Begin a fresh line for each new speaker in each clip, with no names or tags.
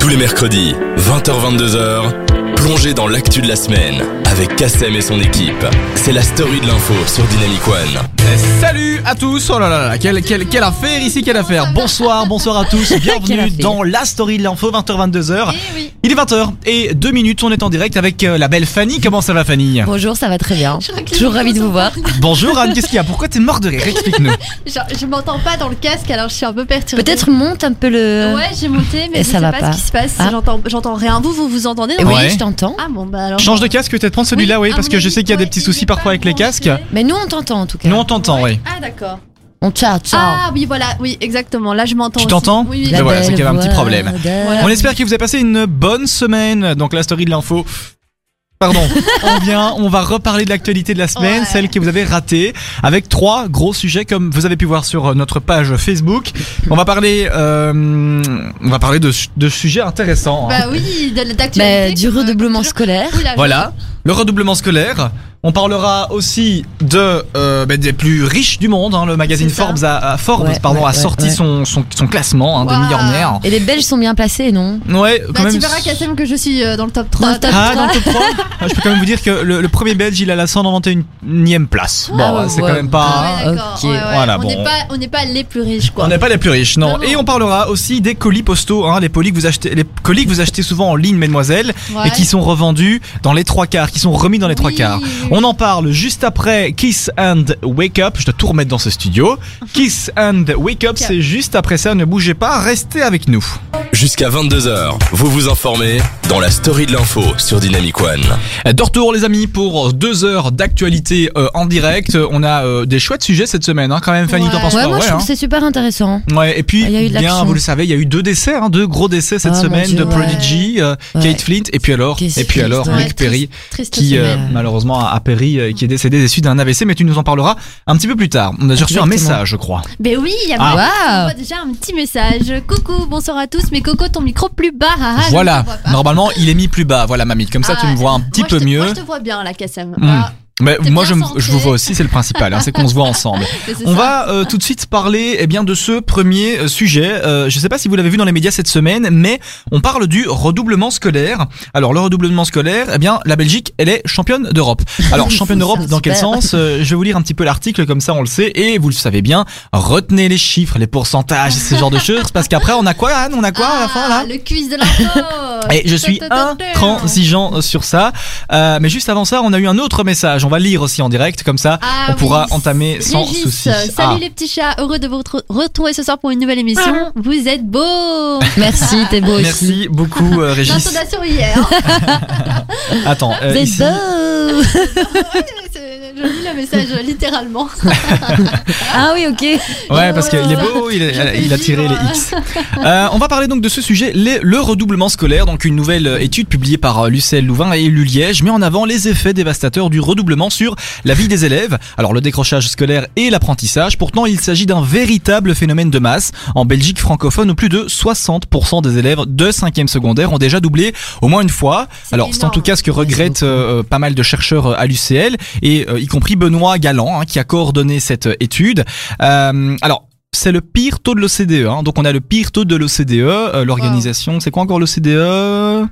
Tous les mercredis, 20h-22h, plongez dans l'actu de la semaine avec Kassem et son équipe. C'est la story de l'info sur Dynamic One.
Salut à tous, oh là là là, quelle, quelle, quelle affaire ici, quelle affaire
Bonsoir, bonsoir à tous,
Quelle
bienvenue
affaire.
dans la story de l'info 20h-22h.
Eh oui.
Il est 20h et 2 minutes, on est en direct avec euh, la belle Fanny. Comment ça va Fanny
Bonjour, ça va très bien.
Je crois que les
Toujours
gens
ravie de
sont
vous voir.
Bonjour Anne, qu'est-ce qu'il y a Pourquoi t'es mort de rire Explique-nous.
Genre, je m'entends pas dans le casque, alors je suis un peu perturbée.
Peut-être monte un peu le.
Ouais, j'ai monté, mais
Et
je
ça
sais
va
pas,
pas.
ce qui se passe.
Ah.
J'entends, j'entends rien. Vous, vous vous entendez
Eh
non
Oui,
Ouais.
je t'entends.
Ah bon, bah alors.
Change de casque peut-être, prends celui-là, oui,
à
parce
mon
que je
avis,
sais qu'il y a des
ouais,
petits
il est
soucis
pas
parfois avec les
branché.
casques.
Mais nous, on t'entend en tout cas.
Nous on t'entend, oui.
Ah d'accord.
On tcha tcha.
Ah oui, voilà, oui, exactement. Là, je m'entends.
Tu
aussi.
t'entends
Oui, oui.
Bah
La
voilà, c'est
belle
qu'il y avait un petit
voix
problème.
de-
Voilà.
On espère que vous avez passé une bonne semaine. Donc la story de l'info. Pardon, on vient, on va reparler de l'actualité de la semaine,
Ouais.
celle que vous avez ratée, avec trois gros sujets comme vous avez pu voir sur euh, notre page Facebook. On va parler, euh, on va parler de, su- de sujets intéressants. hein.
Bah oui, de- d'actualité.
Bah, du
comme, euh,
redoublement
toujours.
scolaire.
Oula, je-
Voilà, le redoublement scolaire. On parlera aussi de euh, ben, des plus riches du monde. hein. Le magazine
C'est ça.
Forbes a, a- Forbes,
Ouais,
pardon,
ouais,
a
ouais,
sorti
ouais.
Son, son, son classement hein, des
Waouh.
millionnaires.
Et les Belges sont bien placés, non
Ouais, quand
Bah,
même.
tu verras, Kassem, que je suis euh, dans le top 3.
Dans le top
Ah,
Toi
dans le top 3 Je peux quand même vous dire que le, le premier belge, il a la 191ème place. Bon,
ouais,
c'est
ouais.
quand même pas.
Ah ouais, d'accord.
ok,
Ouais, ouais.
voilà,
on
bon.
n'est pas, on n'est pas les plus riches, quoi.
On n'est pas les plus riches, non.
Non, non.
Et on parlera aussi des colis postaux, hein, les, colis que vous achetez, les colis que vous achetez souvent en ligne, mesdemoiselles,
Ouais.
et qui sont revendus dans les trois quarts, qui sont remis dans les trois
Oui,
quarts.
oui, oui.
On en parle juste après Kiss and Wake Up. Je dois tout remettre dans ce studio. Kiss and Wake Up, c'est juste après ça. Ne bougez pas, restez avec nous.
Jusqu'à 22h, vous vous informez dans la story de l'info sur Dynamic One.
Euh, De retour les amis pour deux heures d'actualité euh, en direct. Euh, On a euh, des chouettes sujets cette semaine hein, quand même. Fanny,
Ouais.
t'en penses
Ouais,
pas
moi, je
Ouais,
trouve que
hein.
c'est super intéressant.
Ouais, et puis
Il y a eu de
bien,
l'action.
vous le savez, il y a eu deux décès, hein, deux gros décès cette
Ah, mon
semaine
Dieu,
de
ouais.
Prodigy, euh,
Ouais.
Kate Flint et puis alors,
Qu'est-ce
et puis
que
alors
c'est,
Ouais,
Luke Perry
triste- Triste
qui euh,
semaine.
malheureusement a, a péri, euh, qui est décédé des suites d'un AVC. Mais tu nous en parleras un petit peu plus tard. On a déjà reçu un
Exactement.
message, je crois.
Ben oui, il y a
Ah.
Marie qui
Waouh.
m'envoie déjà un petit message. Coucou, bonsoir à tous, mais Coco, ton micro plus bas. ah, ah, je
voilà,
ne te vois pas.
normalement il est mis plus bas. Voilà, mamie, comme ça tu
Ah,
me vois un petit
moi,
peu
je te-
mieux.
Moi, je te vois bien, là, Kassem.
Hmm.
Ah,
Mais
t'es
moi
bien
je, me-
centré.
je vous vois aussi, c'est le principal, hein, c'est qu'on se voit ensemble.
mais c'est
On
ça.
va euh, tout de suite parler eh bien de ce premier euh, sujet. Euh, je ne sais pas si vous l'avez vu dans les médias cette semaine, mais on parle du redoublement scolaire. Alors le redoublement scolaire, eh bien la Belgique, elle est championne d'Europe. Alors championne
Ça,
d'Europe dans quel
super.
sens Euh, Je vais vous lire un petit peu l'article comme ça on le sait et vous le savez bien. Retenez les chiffres, les pourcentages, ce genre de choses parce qu'après on a quoi Anne On a quoi à la fin là
Ah, Le quiz de
Ah,
l'info.
et je suis intransigeant sur ça. Euh, mais juste avant ça, on a eu un autre message. On va le lire aussi en direct, comme ça,
Ah
on
oui.
pourra entamer sans
Régis,
souci.
Salut
Ah.
les petits chats, heureux de vous retru- retrouver ce soir pour une nouvelle émission. Vous êtes beaux.
Merci, t'es beau aussi.
Merci beaucoup, euh, Régis.
L'intonation hier.
Attends, euh,
Vous êtes
ici-
beau.
C'est- je lis le message euh, littéralement.
Ah oui, ok.
ouais, parce qu'il est
voilà.
beau, il,
Oh. Je
a-
fais
il a tiré les
vivre,
X. Euh, on va parler donc de ce sujet, les- le redoublement scolaire. Donc une nouvelle euh, étude publiée par euh, l'UCL Louvain et l'ULiège met en avant les effets dévastateurs du redoublement sur la vie des élèves. Alors le décrochage scolaire et l'apprentissage. Pourtant, il s'agit d'un véritable phénomène de masse. En Belgique francophone, plus de 60% des élèves de 5e secondaire ont déjà doublé au moins une fois.
C'est
Alors c'est en
énorme.
tout cas ce que regrettent euh, euh, pas mal de chercheurs euh, à l'UCL et euh, y compris Benoît Galland hein, qui a coordonné cette euh, étude. Euh, alors c'est le pire taux de l'OCDE. Hein. Donc on a le pire taux de l'OCDE. euh, L'organisation, c'est quoi encore l'OCDE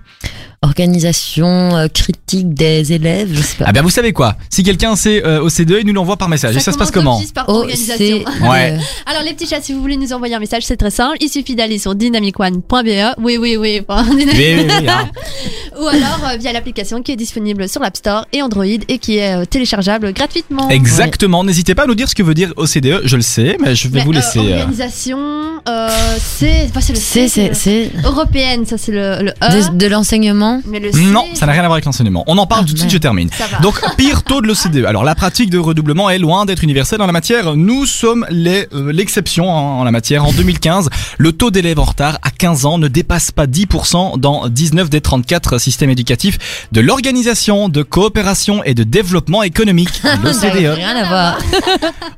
Organisation euh, critique des élèves, je sais pas.
Ah ben vous savez quoi Si quelqu'un sait euh, OCDE, il nous l'envoie par message. et Ah, ça se passe
commence
comment
d'office par
Oh,
Ah, organisation.
c'est.
Ouais.
Alors les petits chats, si vous voulez nous envoyer un message, c'est très simple. Il suffit d'aller sur dynamicone.be. E. Oui, oui, oui. enfin, dynamic-
Oui, oui, oui, hein.
Ou alors euh, via l'application qui est disponible sur l'App Store et Android et qui est euh, téléchargeable gratuitement.
Exactement. N'hésitez pas à nous dire ce que veut dire OCDE. E. Je le sais, mais je vais
Mais,
vous
euh,
laisser. euh,
organisation, euh, c'est, enfin, c'est le
C'est,
C,
c'est,
c'est
c'est
le- européenne, ça c'est le, le E.
de, de l'enseignement.
Mais le C,
Non, ça n'a rien à voir avec l'enseignement. On en parle
Ah,
tout de suite,
merde.
je termine.
ça va.
Donc, pire taux de l'OCDE. E. Alors, la pratique de redoublement est loin d'être universelle en la matière. Nous sommes les, euh, l'exception hein, en la matière. En 2015, le taux d'élèves en retard à 15 ans ne dépasse pas 10% dans 19 des 34 système éducatif de l'Organisation de coopération et de développement économique,
Ah, bah
Rien
l'OCDE.
à voir.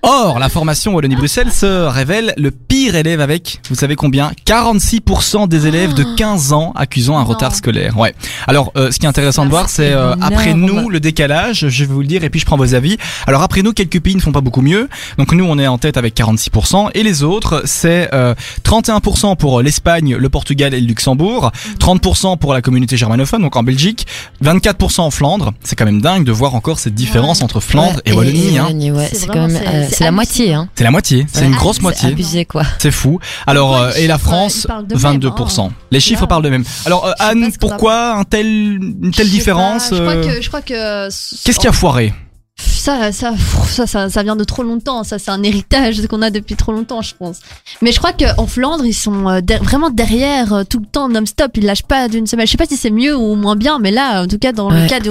Or, la formation Wallonie-Bruxelles se révèle le pire élève avec, vous savez combien 46% des élèves de 15 ans accusant un retard scolaire. Ouais. Alors, euh, ce qui est intéressant de voir, c'est euh,
énorme.
après nous le décalage, je vais vous le dire et puis je prends vos avis. Alors après nous, quelques pays ne font pas beaucoup mieux. Donc nous, on est en tête avec 46% et les autres, c'est euh, 31% pour euh, l'Espagne, le Portugal et le Luxembourg, 30% pour la communauté germanophone, donc en Belgique, 24% en Flandre. C'est quand même dingue de voir encore cette différence entre Flandre et Wallonie. hein.
ouais,
C'est
c'est quand
vraiment-
même,
c'est-
euh,
c'est
c'est la moitié, hein.
C'est la moitié, c'est
Ouais.
une
Ah,
grosse
C'est
moitié.
abusé, quoi.
C'est fou. Alors,
Ouais,
euh,
les
et la
chiffres,
France,
ils parlent de même,
22%. Les chiffres
vois.
parlent de même. Alors, euh,
Je sais pas
Anne,
ce qu'on va-
pourquoi un tel, une telle
Oh, Je sais
différence
pas, Je crois
euh,
que. je crois que-
Qu'est-ce qui a foiré
Ça, ça, pff, ça, ça, ça vient de trop longtemps. Ça, c'est un héritage qu'on a depuis trop longtemps, je pense. Mais je crois qu'en Flandre, ils sont euh, der- vraiment derrière euh, tout le temps, non-stop. Ils lâchent pas d'une semaine. Je sais pas si c'est mieux ou moins bien, mais là, en tout cas, dans le
Ouais.
cas du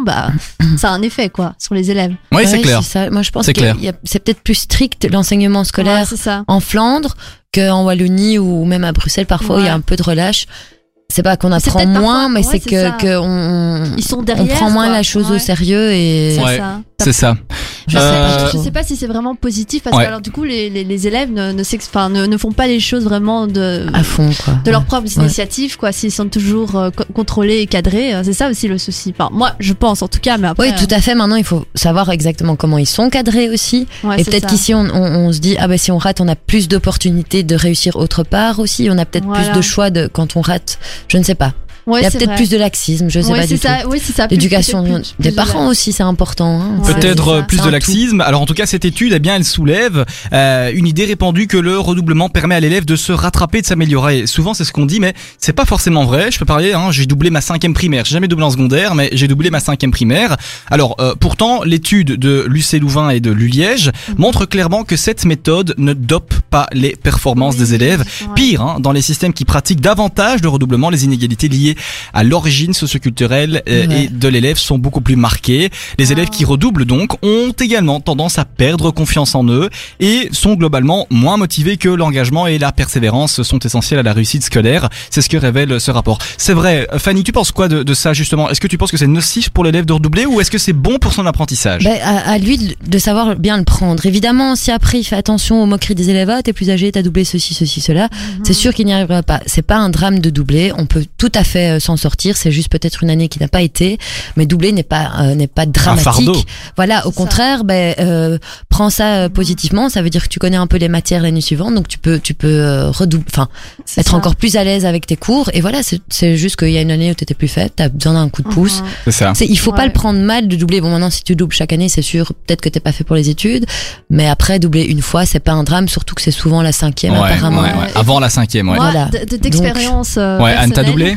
bah, ça a un effet, quoi, sur les élèves.
Oui,
Ouais,
c'est clair.
ça. Moi, je pense
C'est
que
clair.
y a- c'est peut-être plus strict l'enseignement
Ouais,
scolaire
c'est ça.
en Flandre qu'en Wallonie ou même à Bruxelles. Parfois, il y
Ouais.
a un peu de relâche. C'est pas qu'on
c'est
apprend
peut-être
moins,
parfois-
mais
ouais,
c'est
c'est
que,
ça.
que on,
Ils sont
on
derrière.
prend moins
quoi.
la chose au
Ouais,
sérieux et
c'est
Ouais.
ça.
C'est ça.
je sais
Euh,
pas
Je
trop.
sais pas si c'est vraiment positif parce
Ouais.
que alors du coup les, les, les élèves ne ne, s'ex- enfin, ne ne font pas les choses vraiment de
à fond, quoi.
de leurs propres
Ouais.
initiatives, quoi, s'ils sont toujours euh, co- contrôlés et cadrés, euh, c'est ça aussi le souci. Enfin, moi, je pense en tout cas, mais après.
Oui, tout à fait. Maintenant, il faut savoir exactement comment ils sont cadrés aussi.
euh, ouais,
et
c'est
peut-être
ça.
qu'ici, on, on- on se dit, ah ben si on rate, on a plus d'opportunités de réussir autre part aussi. On a peut-être
Voilà.
plus de choix de, quand on rate. Je ne sais pas.
Ouais,
il y a
c'est
peut-être
vrai.
plus de laxisme, je ne sais
Ouais,
pas
c'est
du tout.
ça, Oui, c'est ça. plus-
L'éducation
peut-être plus- plus
des
de-
parents aussi, c'est important. hein.
Ouais,
Peut-être
c'est
euh,
ça,
plus
c'est
de
un
laxisme. Alors en tout cas, cette étude, eh bien, elle soulève euh, une idée répandue que le redoublement permet à l'élève de se rattraper, de s'améliorer. Et Souvent, c'est ce qu'on dit, mais c'est pas forcément vrai. Je peux parler. Hein, j'ai doublé ma cinquième primaire. J'ai jamais doublé en secondaire, mais j'ai doublé ma cinquième primaire. Alors euh, pourtant, l'étude de l'UC Louvain et de l'Uliège
Mhm.
montre clairement que cette méthode ne dope pas les performances des élèves.
Ouais.
Pire, hein, dans les systèmes qui pratiquent davantage le redoublement, les inégalités liées à l'origine socioculturelle euh,
Ouais.
et de l'élève sont beaucoup plus marquées. Les
Ah.
élèves qui redoublent donc ont également tendance à perdre confiance en eux et sont globalement moins motivés que l'engagement et la persévérance sont essentiels à la réussite scolaire. C'est ce que révèle ce rapport. C'est vrai, euh, Fanny, tu penses quoi de, de ça justement Est-ce que tu penses que c'est nocif pour l'élève de redoubler ou est-ce que c'est bon pour son
Bah,
apprentissage
Ben, à, à lui de, de savoir bien le prendre. Évidemment, si après il fait attention aux moqueries des élèves, Ah, t'es plus âgé, t'as doublé ceci, ceci, cela,
Mhm.
c'est sûr qu'il n'y arrivera pas. C'est pas un drame de doubler, on peut tout à fait euh, s'en sortir. C'est juste peut-être une année qui n'a pas été, mais doubler n'est pas euh, n'est pas dramatique.
fardeau.
Voilà, au
C'est ça. Mhm.
contraire, ben euh, prends ça euh, positivement. Ça veut dire que tu connais un peu les matières l'année suivante, donc tu peux tu peux euh, redoub- enfin
C'est
être
ça.
encore plus à l'aise avec tes cours. Et voilà, c'est- c'est juste qu'il y a une année où t'étais plus faible, t'as besoin d'un coup de pouce.
Mhm.
C'est ça.
C'est, il faut
Ouais.
pas le prendre mal de doubler. Bon, maintenant, si tu doubles chaque année, c'est sûr, peut-être que t'es pas fait pour les études. Mais après, doubler une fois, c'est pas un drame, surtout que c'est souvent la cinquième,
Ouais,
apparemment.
ouais, ouais. Avant la cinquième, ouais.
Moi,
Voilà.
de, de- d'expérience. euh,
ouais, Anne, t'as
personnelle-
doublé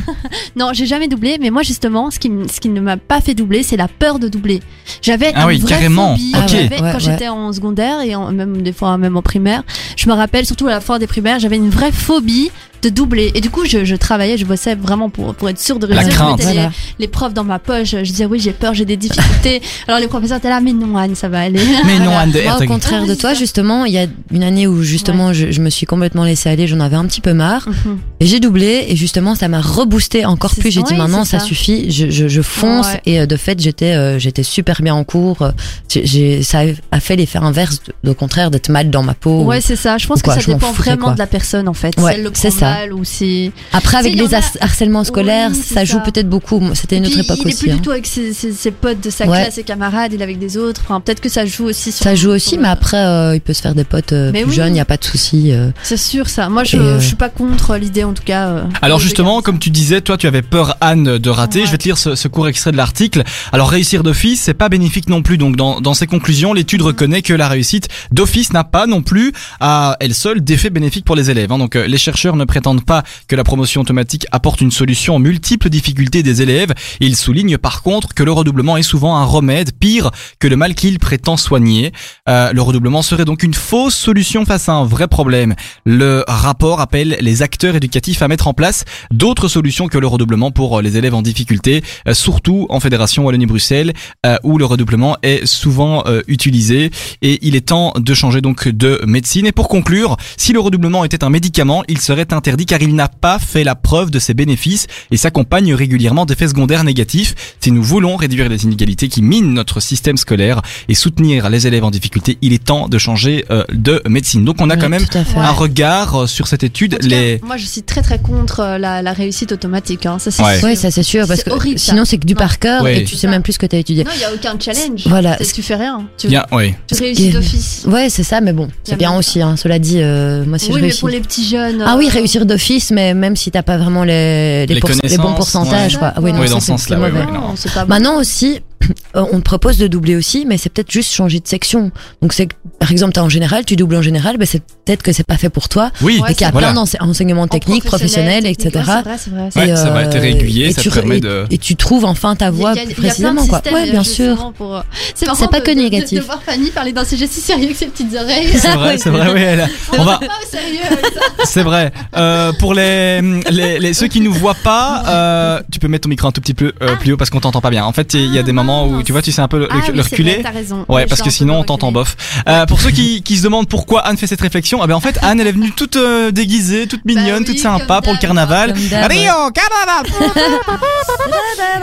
Non, j'ai jamais doublé, mais moi justement, ce qui, m- ce qui ne m'a pas fait doubler, c'est la peur de doubler. J'avais
Ah
une
oui,
vraie
carrément.
phobie.
Ok.
J'avais-
Ouais,
quand
ouais.
j'étais en secondaire et en- même des fois même en primaire, je me rappelle surtout à la fin des primaires, j'avais une vraie phobie de doubler. Et du coup, je, je travaillais, je bossais vraiment pour, pour être sûre de réussir. Je
crainte.
mettais les-
Voilà.
les, profs dans ma poche, je disais oui, j'ai peur, j'ai des difficultés. Alors les professeurs étaient là, mais non Anne, ça va aller.
Mais non,
Voilà.
Anne de
Moi, au
Hertog.
contraire de toi, justement, il y a une année où justement je, je me suis complètement laissée aller, j'en avais un petit peu marre,
Mhm.
et j'ai doublé, et justement ça m'a reboosté encore
C'est
plus. J'ai
ça,
dit
oui,
maintenant
c'est
ça.
ça.
suffit, je, je, je fonce,
Ouais.
et euh, de fait j'étais euh, j'étais super bien en cours. Euh, J'ai, j'ai- ça a fait l'effet inverse, de- au contraire d'être mal dans ma peau.
Ouais, c'est ça. Je pense
Quoi,
que
je
ça
m'en
dépend
foutais,
vraiment
quoi.
de la personne en fait.
Ouais,
si elle le prend
c'est ça.
mal ou si.
Après, avec
Tu sais, il
les
y en a-
har- harcèlements scolaires,
Oui, c'est
ça joue
ça.
peut-être beaucoup. C'était une
Et
autre
puis,
époque
il est
aussi.
plus
hein.
du tout avec ses, ses- ses potes de sa
Ouais.
classe, ses camarades, il est avec des autres. Enfin, peut-être que ça joue aussi. Sur,
Ça joue aussi,
sur-
mais après, euh, il peut se faire des potes euh,
Mais
plus
oui.
jeunes, il n'y a pas de souci. euh.
C'est sûr, ça. Moi, je,
Et, euh,
je suis pas contre l'idée, en tout cas. euh,
Alors
de- de
justement,
garder
comme tu disais, toi tu avais peur Anne de rater.
Ouais.
Je vais te lire ce, ce court extrait de l'article. Alors réussir d'office, c'est pas bénéfique non plus. Donc dans, dans ses conclusions, l'étude reconnaît que la réussite d'office n'a pas non plus à elle seule d'effet bénéfique pour les élèves. hein. Donc euh, les chercheurs ne prétendent pas que la promotion automatique apporte une solution aux multiples difficultés des élèves. Ils soulignent par contre que le redoublement est souvent un remède pire que le mal qu'il prétend soigner. Euh, le redoublement serait donc une fausse solution face à un vrai problème. Le rapport appelle les acteurs éducatifs à mettre en place d'autres solutions que le redoublement pour euh, les élèves en difficulté, euh, surtout en Fédération Wallonie-Bruxelles, euh, où le redoublement est souvent euh, utilisé. Et il est temps de changer donc de médecine. Et pour conclure, si le redoublement était un médicament, il serait interdit interdit car il n'a pas fait la preuve de ses bénéfices et s'accompagne régulièrement d'effets secondaires négatifs. Si nous voulons réduire les inégalités qui minent notre système scolaire et soutenir les élèves en difficulté, il est temps de changer euh, de médecine. Donc on a
Oui,
quand même
tout à fait.
un regard euh, sur cette étude.
En tout cas,
les...
Moi, je suis très très contre euh, la, la réussite automatique. hein, Ça, c'est
Ouais.
sûr.
Oui, ça c'est sûr, parce que
C'est horrible, ça.
sinon c'est que du
Non.
par cœur
Ouais.
et tu
C'est
sais
ça.
même plus ce que t'as étudié.
Non, il n'y a aucun challenge.
Voilà.
C'est- Tu fais rien. Tu,
Bien, oui.
tu réussis
que-
d'office.
Ouais, c'est ça, mais bon,
Y a
c'est bien
même-
aussi. hein. Cela dit, euh, moi si
oui,
je
mais
réussis.
pour les petits jeunes.
Ah oui,
euh,
réussir d'office, mais même si t'as pas vraiment les, les,
Les
pour- les bons
connaissances,
pourcentages,
ouais.
quoi. Ah Oui, non,
Oui,
ça,
dans ce
c'est-
sens-là,
c'est
Bah ouais,
mauvais.
ouais. non.
Non, c'est pas bon.
Maintenant aussi, euh, on te propose de doubler aussi, mais c'est peut-être juste changer de section. Donc c'est que, par exemple, t'as en général, tu doubles en général, ben c'est peut-être que c'est pas fait pour toi
Oui,
Ouais,
et qu'il y a
voilà.
plein d'enseignements
En
techniques, professionnels,
technique,
etc.
ouais, c'est vrai, c'est vrai, c'est
Ouais,
Et,
ça va
euh,
être régulier,
et
ça
tu-
te permet
et-
de...
Et tu trouves enfin ta voix
Il y a- il y a- il y a plein de
précisément, quoi.
systèmes,
Ouais, bien
justement,
sûr.
pour, euh, C'est
C'est
marrant
pas
de-
que
de- de-
négatif.
De voir Fanny parler d'un sujet si sérieux que ses petites oreilles.
C'est vrai, c'est vrai, oui. elle a- On va,
Pas au sérieux. avec ça.
C'est vrai. Euh, pour les, les, les- ceux qui nous voient pas, euh, tu peux mettre ton micro un tout petit peu euh, plus haut parce qu'on t'entend pas bien. En fait, il y a des moments où tu vois, tu sais un peu le,
Ah
le-
oui,
le
c'est vrai,
reculer.
t'as raison.
Ouais,
Oui,
parce
j'ai
que
un peu
sinon on
reculé.
t'entend bof. Euh, pour ceux qui, qui se demandent pourquoi Anne fait cette réflexion, eh ben en fait Anne elle est venue toute euh, déguisée, toute mignonne,
Bah oui,
toute
comme
sympa pour le
d'hab,
carnaval.
comme d'hab, ouais.
Rio, carnaval.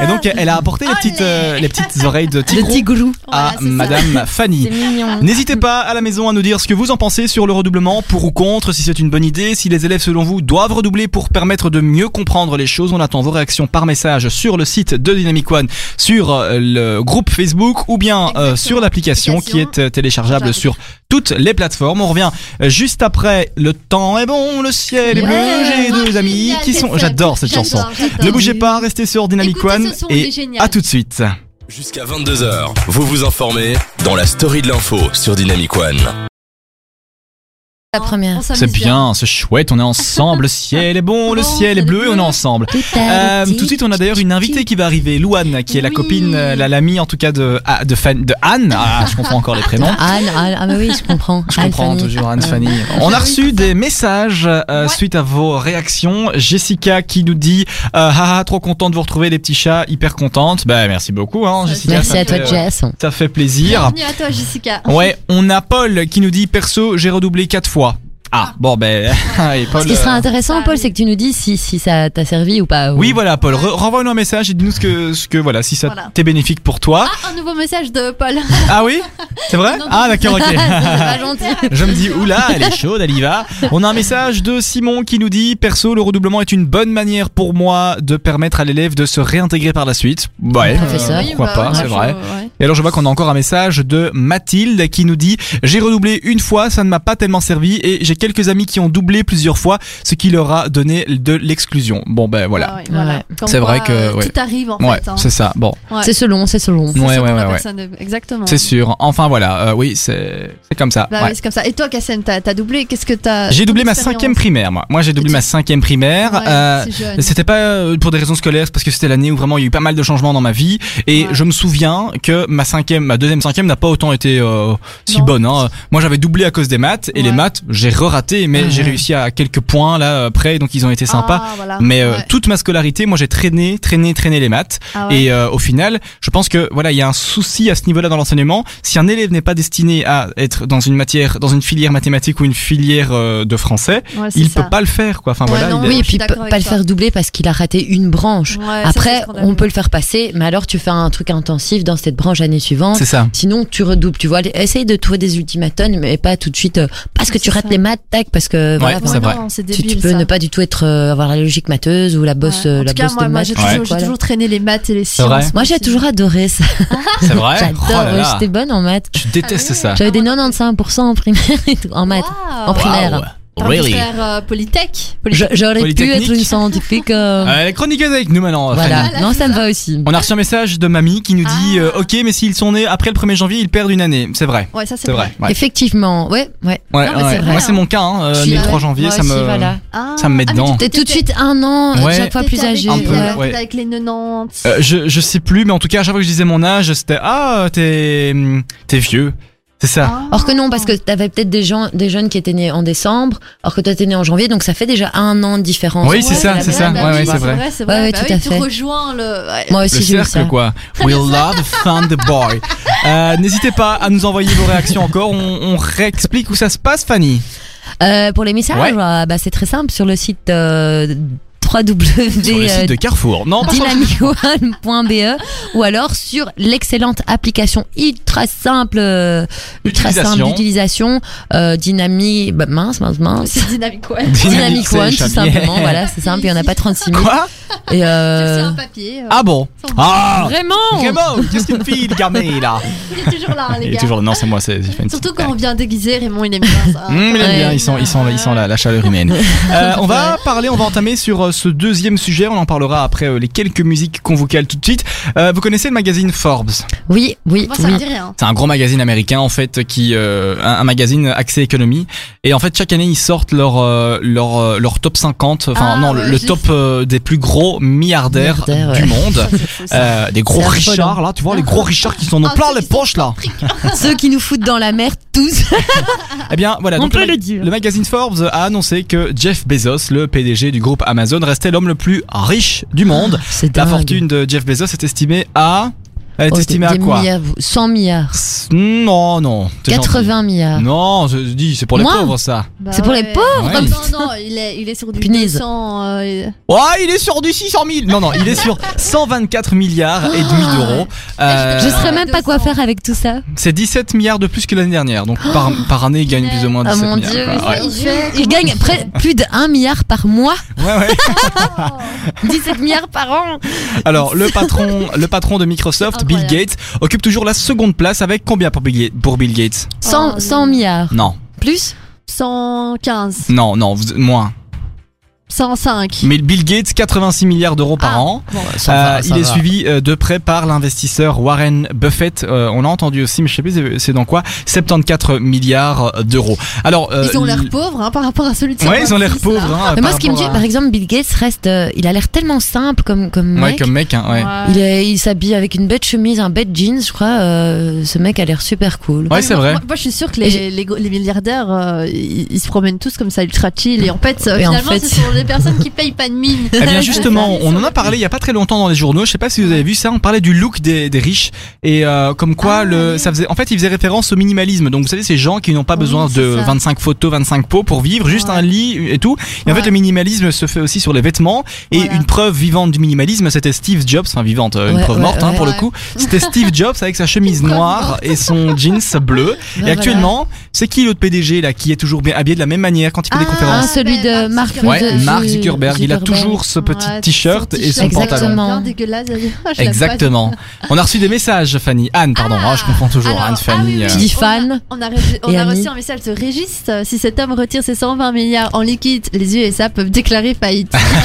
Et donc elle a apporté les petites euh, les petites oreilles de
Le
tigre
petit gourou.
Voilà,
à
c'est ça.
Madame Fanny.
C'est mignon.
N'hésitez pas à la maison à nous dire ce que vous en pensez sur le redoublement, pour ou contre, si c'est une bonne idée, si les élèves selon vous doivent redoubler pour permettre de mieux comprendre les choses. On attend vos réactions par message sur le site de Dynamic One, sur euh, le groupe Facebook ou bien euh,
Exactement.
sur l'application qui est euh, téléchargeable
Téléchargeable.
sur toutes les plateformes. On revient euh, juste après. Le temps est bon, le ciel est
Ouais.
bleu, j'ai
Oh,
deux amis
génial,
qui
c'est
sont.
ça.
J'adore cette chanson.
J'adore, j'adore.
Ne bougez pas, restez sur Dynamic
Écoutez
One
ce son, il est
et
génial.
à tout de suite.
Jusqu'à 22h, vous vous informez dans la story de l'info sur Dynamic One.
La première.
On s'amuse
C'est bien, c'est chouette, on est ensemble, le ciel est bon, le
Bon,
ciel est
c'est
bleu, et on est
bleu.
ensemble. Euh, tout de suite, on a d'ailleurs une invitée qui va arriver, Louane, qui est la
Oui.
copine, euh, la l'amie en tout cas de, ah, de, Fan- de Anne. Ah, je comprends encore les prénoms.
Anne, Anne, ah mais oui, je comprends.
Je comprends
Anne, Fanny.
toujours Anne
Euh,
Fanny. On a reçu des messages euh,
Ouais.
suite à vos réactions. Jessica qui nous dit euh, ah, ah, trop contente de vous retrouver les petits chats, hyper contente. Bah merci beaucoup hein,
Ça,
Jessica.
Merci
ça
à toi,
fait- euh,
Jess.
Ça fait plaisir.
Bienvenue à toi, Jessica.
Ouais, on a Paul qui nous dit perso, j'ai redoublé quatre fois. Ah bon ben et Paul,
Ce qui
euh,
sera intéressant,
Ah,
Paul,
oui.
c'est que tu nous dis si, si ça t'a servi ou pas. ou-
Oui, voilà, Paul. re- Renvoie-nous un message et dis-nous ce que, ce que, voilà, si ça
Voilà.
t'est bénéfique pour toi.
Ah, un nouveau message de Paul.
Ah oui C'est vrai
Non, non,
Ah, d'accord, ok.
pas gentil.
Je me dis, oula, elle est chaude, elle y va. On a un message de Simon qui nous dit Perso, le redoublement est une bonne manière pour moi de permettre à l'élève de se réintégrer par la suite. Ouais, euh,
Professeur.
Oui,
pourquoi
bah,
pas,
moi,
c'est
je-
vrai.
ouais.
Et alors, je vois qu'on a encore un message de Mathilde qui nous dit J'ai redoublé une fois, ça ne m'a pas tellement servi et j'ai quelques amis qui ont doublé plusieurs fois, ce qui leur a donné de l'exclusion. Bon, ben voilà.
Ah Ouais, ouais, voilà. Comme
C'est vrai
quoi,
que,
euh,
ouais.
Tout arrive en
Ouais,
fait. hein.
c'est ça. Bon.
Ouais.
C'est selon, c'est selon.
C'est
Ouais,
selon
ouais,
la
ouais,
personne, euh, Exactement.
C'est sûr. Enfin voilà, euh, oui, c'est c'est comme ça.
Bah
ouais.
oui, c'est comme ça. Et toi, Kassem, t'as t'as doublé Qu'est-ce que t'as
J'ai
ton
doublé ma
expérience
cinquième primaire, moi. Moi, j'ai doublé
Tu-
ma cinquième primaire.
Ouais,
euh,
c'est jeune.
c'était pas euh, pour des raisons scolaires, c'est parce que c'était l'année où vraiment il y a eu pas mal de changements dans ma vie. Et
Ouais.
je me souviens que ma cinquième, ma deuxième cinquième n'a pas autant été euh, si
Non.
bonne. Hein. Moi, j'avais doublé à cause des maths et les
Ouais.
maths, j'ai re-raté, mais
Ah
j'ai
ouais.
réussi à quelques points là euh, près, donc ils ont été sympas.
Ah, voilà.
Mais euh,
Ouais.
toute ma scolarité, moi j'ai traîné, traîné, traîné les maths.
Ah ouais.
Et euh, au final, je pense que voilà, il y a un souci à ce niveau-là dans l'enseignement. Si un élève n'est pas destiné à être dans une matière, dans une filière mathématique ou une filière euh, de français,
Ouais, c'est
il
ça.
peut pas le faire, quoi. Enfin
Ouais,
voilà.
non,
il est-
Oui,
je
et puis
suis d'accord
pas
avec
le
toi.
faire doubler parce qu'il a raté une branche.
Ouais, ça, c'est
Après,
scandaleux.
on peut le faire passer, mais alors tu fais un truc intensif dans cette branche année suivante.
C'est ça.
Sinon, tu redoubles, tu vois. Essaye de trouver des ultimatums, mais pas tout de suite euh, parce que
Ouais,
tu
c'est
rates
ça.
les maths, tac, parce que voilà,
Ouais,
enfin,
c'est vrai.
Non, Ah, c'est
tu,
débile,
tu peux
ça.
ne pas du tout être euh, avoir la logique matheuse ou la bosse,
Ouais.
euh,
En
la
tout cas,
bosse
moi,
de
moi,
maths.
j'ai
ouais.
toujours, j'ai
Voilà.
toujours traîné les maths et les sciences.
vrai.
Moi, j'ai toujours adoré ça.
C'est vrai.
J'adore.
Oh là là.
J'étais bonne en maths.
Je déteste
Ah oui.
ça.
J'avais des 95% en primaire et tout, en maths.
Waouh.
En primaire.
T'as envie de faire euh, Polytech
Je- J'aurais pu
Polytechnique.
être une scientifique. euh,
Euh, chroniqueuse avec nous maintenant. Fanny.
voilà.
Voilà,
Non,
c'est
ça me va aussi.
On a reçu un message de mamie qui nous dit
Ah.
euh, Ok, mais s'ils sont nés après le 1er janvier, ils perdent une année. C'est vrai.
Ouais, ça c'est
C'est vrai. Ouais.
Effectivement, ouais, ouais.
Ouais,
Non, mais c'est
ouais.
vrai,
Moi, c'est
hein.
mon cas. Hein,
Je
euh,
suis-
né le
ouais,
3 janvier,
moi
ça
aussi,
me.
voilà.
Ah,
Ça me met
ah, mais
dedans.
tu-
T'es tout de suite un an, euh,
Ouais.
chaque fois plus
t'étais
âgé.
avec-
Un peu,
t'étais
ouais.
avec les 90.
Euh, je, je sais plus, mais en tout cas, à chaque fois que je disais mon âge, c'était Ah, hum, t'es, t'es vieux. C'est C'est ça.
Ah.
Or que non, parce que t'avais peut-être des gens, des jeunes qui étaient nés en décembre, alors que toi t'es né en janvier, donc ça fait déjà un an de différence.
Oui, c'est
Ouais,
ça,
la
c'est
vraie
ça.
date.
bah
ouais,
oui,
c'est vrai.
c'est
Ouais, ouais,
Bah
tout
oui,
à
tu
fait.
rejoins le. ouais.
Moi aussi,
le
j'ai eu ça.
cercle quoi. We love find the boy. Euh, N'hésitez pas à nous envoyer vos réactions encore. On, on réexplique où ça se passe, Fanny.
Euh, pour les messages,
Ouais.
euh, bah, c'est très simple sur le site euh,
Sur le site de Carrefour. Non, pas sur le-
www.dynamicone.be E ou alors sur l'excellente application ultra simple, euh, ultra simple
D'utilisation.
d'utilisation, euh, Dynami, bah, mince, mince, mince.
C'est dynamique, ouais.
Dynamic One, tout
Station.
simplement,
Yeah.
voilà, c'est simple, il n'y en a pas 36 000.
Quoi
Et,
C'est
euh,
un papier. euh,
Ah bon Ah
Vraiment
Vraiment Qu'est-ce qu'il me file, Garnet, là
Il est toujours là, les
Il est
gars.
toujours. Non, c'est moi, c'est j'ai fait une
Surtout
petite
quand
blague.
on vient déguisé, Raymond, il aime bien ça.
Hum, il aime
Ouais.
bien, ils sont, ils sont, ils sont la, la chaleur humaine. Euh, on va parler, on va entamer sur euh, ce deuxième sujet. On en parlera après euh, les quelques musiques convocales tout de suite. Euh, vous connaissez le magazine Forbes
Oui, oui,
Moi, ça me
oui.
dit rien.
C'est un gros magazine américain en fait qui euh, un, un magazine axé économie et en fait chaque année ils sortent leur euh, leur euh, leur top 50 enfin
Ah,
non le,
ouais,
le
j'ai
top euh, des plus gros milliardaires
Milliardaires,
du
ouais.
monde
Ça, c'est faux, ça.
Euh, des gros
C'est
richards
affolant. Oh,
là tu vois les gros richards qui sont dans
Ah,
plein
ceux
les
qui sont
poches là
Ceux qui nous foutent dans la merde tous.
eh bien voilà donc, le,
dire.
le magazine Forbes a annoncé que Jeff Bezos le PDG du groupe Amazon restait l'homme le plus riche du monde
C'est
la
Ah, dingue.
fortune de Jeff Bezos est estimée à elle est
Oh,
estimée à
des
quoi
milliards, 100 milliards.
non non t'es gentil.
80 milliards.
non je dis c'est pour les
Ah. Moins.
pauvres ça
Bah
C'est pour les
ouais.
pauvres.
Ouais.
Non, non, il est, il est sur du
Punaise.
200. euh, et-
Ouais, il est sur du 600 000 Non, non, il est sur 124 milliards et demi d'euros. Euh,
Ah. Je serais même pas quoi
200.
faire avec tout ça.
C'est 17 milliards de plus que l'année dernière. Donc par, par année, il gagne plus ou moins
Ah
17
Oh, mon
milliards.
dieu,
quoi.
ça,
ouais.
il fait-
Il gagne près- plus de 1 milliard par mois,
ouais, ouais.
Ah. 17 milliards par an.
Alors le patron, le patron de Microsoft, Bill
Incroyable.
Gates, occupe toujours la seconde place avec combien pour Bill, Ga- pour Bill Gates
100,
Oh,
100 milliards.
Non,
Plus
115.
non, non, vous- moins.
105.
Mais Bill Gates, 86 milliards d'euros par
Ah,
an.
bon.
Euh, il est suivi euh, de près par l'investisseur Warren Buffett. Euh, on l'a entendu aussi, mais je sais plus c'est dans quoi. 74 milliards d'euros. Alors, euh,
Ils ont l'air
l-
pauvres hein, par rapport à celui de
Ouais, ils ont l'air
126,
pauvres.
là.
Hein,
Mais moi,
par
ce qui me dit,
rapport à-
par exemple, Bill Gates reste. euh, il a l'air tellement simple comme, comme
Ouais,
mec.
comme mec, hein, ouais.
Il est- il s'habille avec une bête chemise, un bête jeans, je crois. euh, ce mec a l'air super cool.
Ouais, c'est
moi-
vrai.
Moi, moi, je suis sûre que
Et
les,
j'ai-
les, gros- les milliardaires, euh, ils, ils se promènent tous comme ça, ultra chill. Et en fait, euh,
Et en
finalement,
fait-
ce sont des personnes qui payent pas de mine.
Eh bien justement, on en a parlé il y a pas très longtemps dans les journaux. Je sais pas si vous avez vu ça. On parlait du look des, des riches et euh, comme quoi
Ah,
le
oui.
ça faisait. En fait, il faisait référence au minimalisme. Donc vous savez, ces gens qui n'ont pas
Oui,
besoin
c'est
de
ça.
25 photos, 25 pots pour vivre, juste
Ouais.
un lit et tout. Et en
Ouais.
fait, le minimalisme se fait aussi sur les vêtements. Et
Voilà.
une preuve vivante du minimalisme, c'était Steve Jobs. Enfin vivante, euh, une
Ouais,
preuve
ouais,
morte hein,
ouais.
pour le
Ouais.
coup. C'était Steve Jobs avec sa chemise
Une preuve
noire et son jeans bleu.
Ben,
et
voilà.
actuellement, c'est qui l'autre PDG là qui est toujours bien habillé de la même manière quand il fait des
Ah,
conférences
Ah, celui de
Ouais,
Mark
Mark
Ouais,
Zu-
Mark Zuckerberg, il a
Zuckerberg.
toujours ce petit
Ouais,
t-shirt
son
et son
t-shirt,
pantalon.
bien dégueulasse. d'ailleurs. Je l'aime pas.
Exactement. On a reçu des messages, Fanny. Anne, pardon. Ah,
Ah.
je comprends toujours.
Alors,
Anne,
ah oui,
Fanny. euh.
oui.
Tu dis fan
On a, reçu- on
Et
a
Annie
reçu un message de Régis. euh, Si cet homme retire ses 120 milliards en liquide, les USA peuvent déclarer faillite.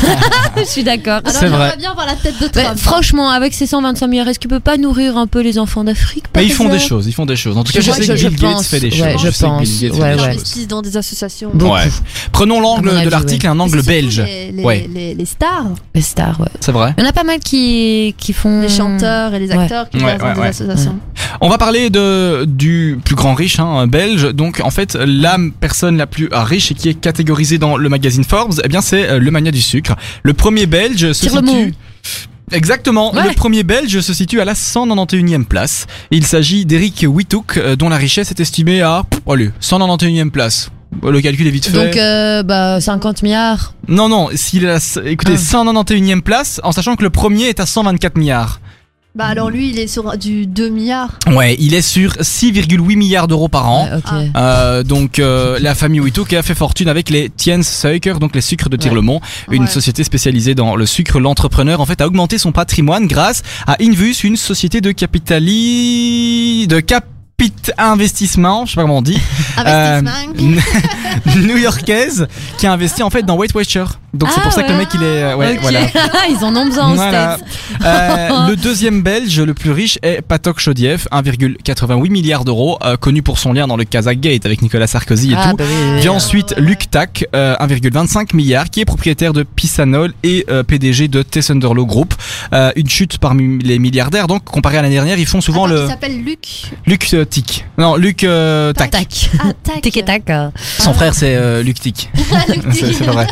Je suis d'accord.
Alors,
C'est
j'aimerais
vrai.
bien voir la tête de
Ouais,
Trump. hein.
franchement, avec ces 125 milliards, est-ce qu'il peut pas nourrir un peu les enfants d'Afrique par
Mais ils font des
exemple
choses, ils font des choses. En tout
Je
cas, je
vois-
sais que
je- je
Bill Gates
pense,
fait des choses.
ouais, je
sais que
pense,
Bill Gates fait des
ouais, ouais.
choses.
Investis dans des associations.
Beaucoup.
Ouais. Prenons
À mon
l'angle de
avis,
l'article, un
C'est
angle
surtout
belge.
Les, les-
Ouais.
les- les stars,
Les stars, ouais.
C'est vrai.
Il y en a pas mal qui, qui font.
les chanteurs et les
Ouais.
acteurs qui
Ouais,
passent dans
ouais,
des
ouais. Hmm.
associations.
On va parler de du plus grand riche, hein, belge. Donc, en fait, la personne la plus riche et qui est catégorisée dans le magazine Forbes, eh bien, c'est euh, le mania du sucre. Le premier belge se
Tire le
situe.
mot.
Exactement.
Ouais.
Le premier belge se situe à la 191e place. Il s'agit d'Eric Wittouk, euh, dont la richesse est estimée à, pff, oh, allez, 191e place. Le calcul est vite fait.
Donc, euh, bah, 50 milliards.
Non, non, s'il est à la- écoutez,
Ah.
191e place, en sachant que le premier est à 124 milliards.
Bah alors lui, il est sur du 2 milliards.
Ouais, il est sur 6,8 milliards d'euros par an.
Ouais, ok.
Ah.
Euh, donc euh, la famille Wittouk a fait fortune avec les Tiens Suiker, donc les sucres de Tirlemont, une
Ouais.
société spécialisée dans le sucre. L'entrepreneur en fait a augmenté son patrimoine grâce à Invus, une société de capitali... de capit investissement, je sais pas comment on dit, Euh,
Investissement.
new-yorkaise, qui a investi en fait dans Weight Watcher. Donc c'est
Ah
pour ça que le
ouais.
mec il est euh, ouais
Ok.
voilà.
Ils en ont besoin
Voilà.
aux States.
Euh, le deuxième belge le plus riche est Patok Chodiev, 1,88 milliard d'euros, euh, connu pour son lien dans le Kazakh-gate avec Nicolas Sarkozy et
Ah,
tout.
bah oui, oui, oui.
Vient ensuite Luc Tac, euh, 1,25 milliard, qui est propriétaire de Pisanol et euh, PDG de Tessenderlo Group. Euh, une chute parmi les milliardaires, donc comparé à l'année dernière, ils font souvent
Attends,
le
Il s'appelle Luc.
Luc Tic. Non, Luc euh, Tac.
Tac.
Ah, tac. Oh.
Tic et tac. euh.
Son frère, c'est euh, Luc Tic. c'est c'est pas vrai.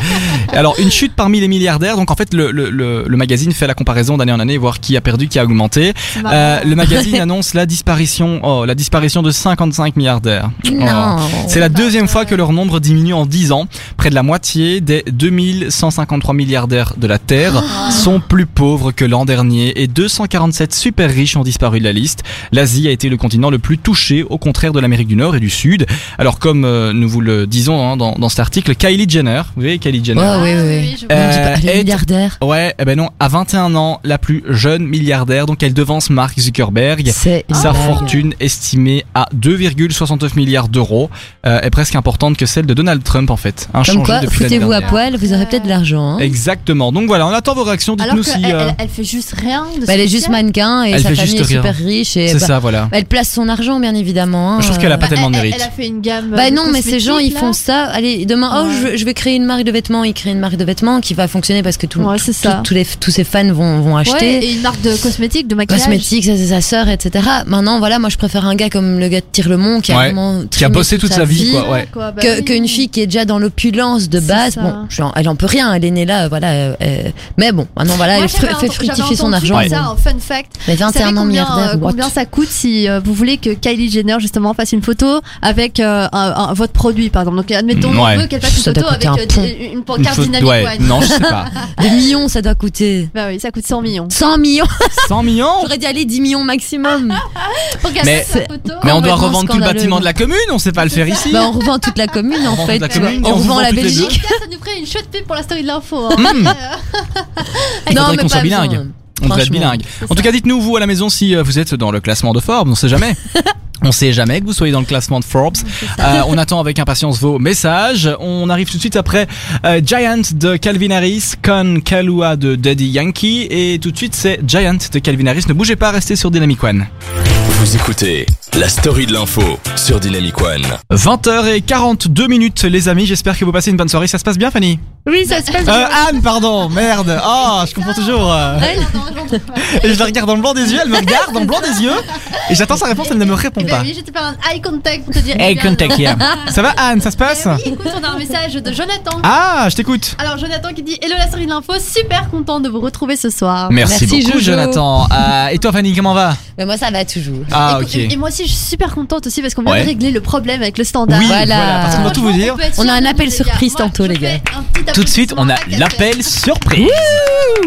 Alors, une chute parmi les milliardaires. Donc, en fait, le, le, le, le magazine fait la comparaison d'année en année, voir qui a perdu, qui a augmenté.
C'est marrant.
Euh, le magazine annonce la disparition, oh, la disparition de 55 milliardaires. Oh.
Non.
C'est la deuxième fois que leur nombre diminue en 10 ans. Près de la moitié des 2153 milliardaires de la Terre
Oh.
sont plus pauvres que l'an dernier et 247 super riches ont disparu de la liste. L'Asie a été le continent le plus touché, au contraire de l'Amérique du Nord et du Sud. Alors comme euh, nous vous le disons hein, dans, dans cet article, Kylie Jenner, vous voyez Kylie Jenner
Ouais,
Ah,
oui, oui,
oui,
oui.
je
On
vois.
dit pas, les
Euh, et-
milliardaires.
Ouais, eh ben non, à 21 ans, la plus jeune milliardaire, donc elle devance Mark Zuckerberg.
C'est une
Sa
blague.
fortune estimée à 2,69 milliards d'euros euh, est presque importante que celle de Donald Trump en fait. Un
Comme quoi, foutez-vous à poil, vous aurez peut-être de l'argent. hein.
Exactement. Donc voilà, on attend vos réactions.
Alors
Dites-nous
qu'elle
si euh,
elle, elle fait juste rien de
Bah, elle est juste
spécial.
mannequin et
Elle
sa
fait
famille est
juste
super riche. Et
c'est
bah,
ça, voilà.
Elle place son argent, bien évidemment. hein.
Je trouve qu'elle a pas
Bah,
tellement de
elle-
mérite.
Elle a fait une gamme.
Bah
de
non, mais ces gens, ils
cosmétiques, là.
font ça. Allez, demain, oh,
Ouais.
je, je vais créer une marque de vêtements. Ils créent une marque de vêtements qui va fonctionner parce que tout,
Ouais,
tout-
c'est ça.
tout- tous les, tous ses fans vont, vont
Ouais,
acheter.
et une marque de cosmétiques, de maquillage.
Cosmétiques, ça, c'est sa sœur, etc. Maintenant, voilà, moi, je préfère un gars comme le gars de Tire le Mont qui a
Ouais.
vraiment
Qui a
trimé
bossé toute sa vie, quoi.
Ouais, quoi, bah
que-
oui.
Qu'une fille qui est déjà dans l'opulence de
C'est
base,
ça.
bon, je- elle en peut rien, elle est née là, voilà. euh, euh, mais bon, maintenant voilà,
Moi,
elle fr-
j'avais
fait
entendu-
fructifier
j'avais
son
entendu
argent.
ça, un fun fact.
Mais
Vous savez
21 ans
combien,
milliardaire,
euh,
what
combien ça coûte si euh, vous voulez que Kylie Jenner justement fasse une photo avec euh, un- un- votre produit par exemple Donc admettons
Ouais.
on veut qu'elle fasse une
Ça doit
photo avec
coûter un
euh, une, une pancarte
Une faute-
dynamique.
ouais,
ouais.
non, je sais pas.
Des millions, ça doit coûter.
Bah oui, ça coûte 100 millions.
100 millions
100 millions
J'aurais dit aller 10 millions maximum.
Pour qu'elle
Mais-
fasse sa photo.
Mais on doit
complètement
revendre tout le
scandaleux.
bâtiment de la commune, on sait pas le faire ici.
Bah, on revend toute la commune en
revend
fait.
toute la
tu vois.
commune,
on
on
revend
revend
la
toutes les deux.
Belgique.
Ça nous ferait une chouette pub pour la story de l'info. hein.
Hmm. Il faudrait qu'on
mais
soit
pas
bilingue.
besoin.
On devrait être
Franchement.
bilingue. En tout
ça.
cas, dites-nous, vous, à la maison, si euh, vous êtes dans le classement de Forbes. On sait jamais. On sait jamais que vous soyez dans le classement de Forbes. Euh, on attend avec impatience vos messages. On arrive tout de suite après euh, Giant de Calvin Harris, Con Kalua de Daddy Yankee. Et tout de suite, c'est Giant de Calvin Harris. Ne bougez pas, restez sur Dynamic One.
Vous écoutez la story de l'info sur Dynamic One.
20h42 minutes, les amis. J'espère que vous passez une bonne soirée. Ça se passe bien, Fanny
Oui, ça se passe.
euh, Anne, pardon. Merde. Oh, je comprends toujours. euh. Et je la regarde dans le blanc des yeux. Elle me regarde dans le blanc des yeux. Et j'attends sa réponse. Elle ne me répond
Bah
pas.
oui, j'étais faire un eye contact pour te dire.
Hey,
Eh bien,
contact, yeah. Ça va, Anne Ça se passe
eh oui, écoute, on a un message de Jonathan.
Ah, je t'écoute.
Alors Jonathan qui dit Hello la série de l'info, super content de vous retrouver ce soir.
Merci,
Merci,
beaucoup,
Jojo.
Jonathan. Euh, et toi, Fanny, comment va
Mais moi, ça va toujours.
Ah,
Écoute,
ok.
et, et moi aussi je suis super contente aussi parce qu'on vient
Ouais.
de régler le problème avec le
Oui,
standard.
voilà.
voilà.
Parce qu'on va tout vous dire.
peut être
On a un
sûr de
appel
nous, les
surprise
gars. Moi,
tantôt,
je
les
fais
gars.
un petit
Tout de suite, on a
applaudissement à
l'appel surprise.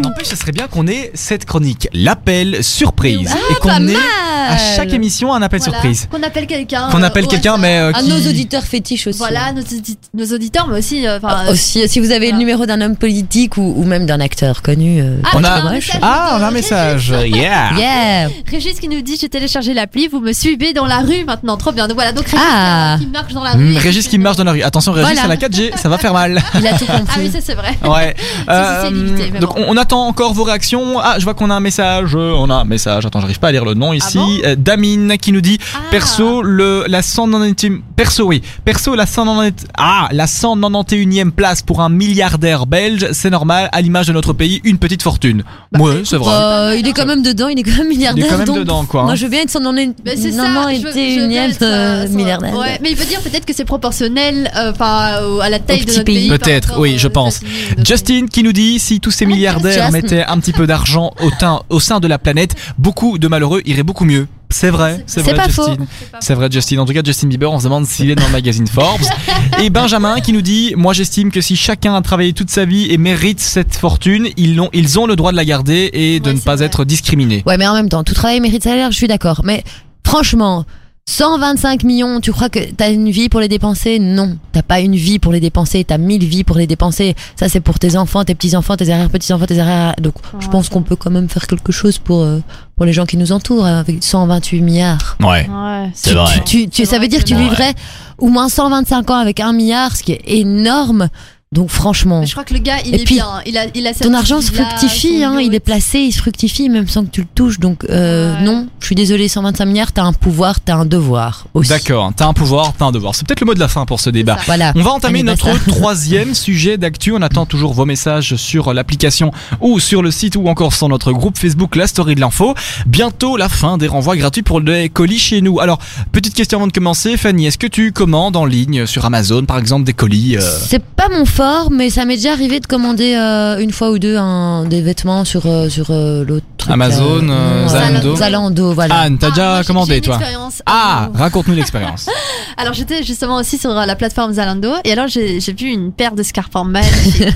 En plus, ce serait bien qu'on ait cette chronique, l'appel surprise, et
Pas
qu'on ait à
mal.
chaque émission un appel
Voilà.
surprise.
Qu'on appelle quelqu'un.
Qu'on
euh,
appelle
au
quelqu'un,
hasard.
mais euh,
À
qui-
nos auditeurs fétiches aussi.
Voilà, nos, audi- nos auditeurs, mais aussi. euh, enfin,
Ah, Aussi, si vous avez le
Voilà.
numéro d'un homme politique ou, ou même d'un acteur connu, euh,
Ah,
c'est
on a-
dommage.
Ah, on a un message. Yeah.
Yeah.
euh, Régis qui nous dit J'ai téléchargé l'appli, vous me suivez dans la rue maintenant. Trop bien. Donc voilà, donc Régis
Ah.
qui marche dans la rue.
Hmm, Régis qui marche dans la rue. Attention, Régis,
Voilà.
à la 4G, ça va faire mal.
Il a tout
Ah oui,
compris.
ça c'est vrai.
Ouais. Euh,
c'est limité, mais
donc
bon.
on, on attend encore vos réactions. Ah, je vois qu'on a un message. Euh, On a un message. Attends, j'arrive pas à lire le nom ici.
Ah bon
Euh, Damine qui nous dit
Ah.
perso le la 191 perso oui perso la 190 ah la 191e place pour un milliardaire belge. C'est normal à l'image de notre pays une petite fortune.
Bah,
ouais, c'est vrai.
Euh, il est quand même dedans, il est quand même milliardaire.
quand même
donc
dedans, quoi, hein.
Moi, je viens de son nom une
Mais Ben, c'est ça. je- je vais
unième
être, euh, sans-
milliardaire.
Ouais, mais il veut dire peut-être que c'est proportionnel euh, enfin, euh, à la taille de
petit
notre
pays.
pays. par
Peut-être,
rapport
oui,
aux
je pense.
États-Unis, donc,
Justin qui nous dit si tous ces milliardaires
Justin.
mettaient un petit peu d'argent au, teint- au sein de la planète, beaucoup de malheureux iraient beaucoup mieux. C'est vrai, c'est
C'est
vrai
pas faux.
Justin.
c'est pas
C'est vrai Justin. En tout cas Justin Bieber, on se demande s'il est dans le magazine Forbes. Et Benjamin qui nous dit moi j'estime que si chacun a travaillé toute sa vie et mérite cette fortune, ils ont ils ont le droit de la garder et de
Ouais,
ne
c'est
pas
vrai.
être discriminés.
Ouais, mais en même temps, tout travail mérite salaire, je suis d'accord. Mais franchement, 125 millions, tu crois que t'as une vie pour les dépenser Non, t'as pas une vie pour les dépenser, t'as mille vies pour les dépenser. Ça, c'est pour tes enfants, tes petits-enfants, tes arrière-petits-enfants, tes arrière. ah, Donc, je pense qu'on peut quand même faire quelque chose pour, euh, pour les gens qui nous entourent euh, avec 128 milliards.
Ouais.
Ouais.
Tu- tu- tu- tu-
C'est
ça
vrai
veut dire que tu
que-
vivrais au moins 125 ans avec un milliard, ce qui est énorme. Donc franchement,
Mais je crois que le gars, il
Et
est
puis,
bien. Il a, il a sa
ton
petite
argent se
villa,
fructifie,
son
hein,
yacht.
il est placé, il se fructifie même sans que tu le touches. Donc euh,
Ouais.
non, je suis désolée, 125 milliards, t'as un pouvoir, t'as un devoir aussi.
D'accord, t'as un pouvoir, t'as un devoir. C'est peut-être le mot de la fin pour ce débat.
ça.
Voilà.
On va entamer
Allez,
notre
basta.
troisième sujet d'actu. On attend toujours vos messages sur l'application ou sur le site ou encore sur notre groupe Facebook La Story de l'Info. Bientôt la fin des renvois gratuits pour les colis chez nous. Alors, petite question avant de commencer, Fanny, est-ce que tu commandes en ligne sur Amazon par exemple des colis euh,
C'est pas mon fort, mais ça m'est déjà arrivé de commander euh, une fois ou deux un- des vêtements sur, euh, sur euh, l'autre truc.
Amazon,
là.
euh,
Non,
Zalando.
Zalando, voilà.
Anne, t'as
Ah, moi,
déjà
j'ai- j'ai
commandé
une
toi
expérience.
Ah, raconte-nous l'expérience.
Alors j'étais justement aussi sur euh, la plateforme Zalando et alors j'ai j'ai vu une paire de scarpins magnifiques.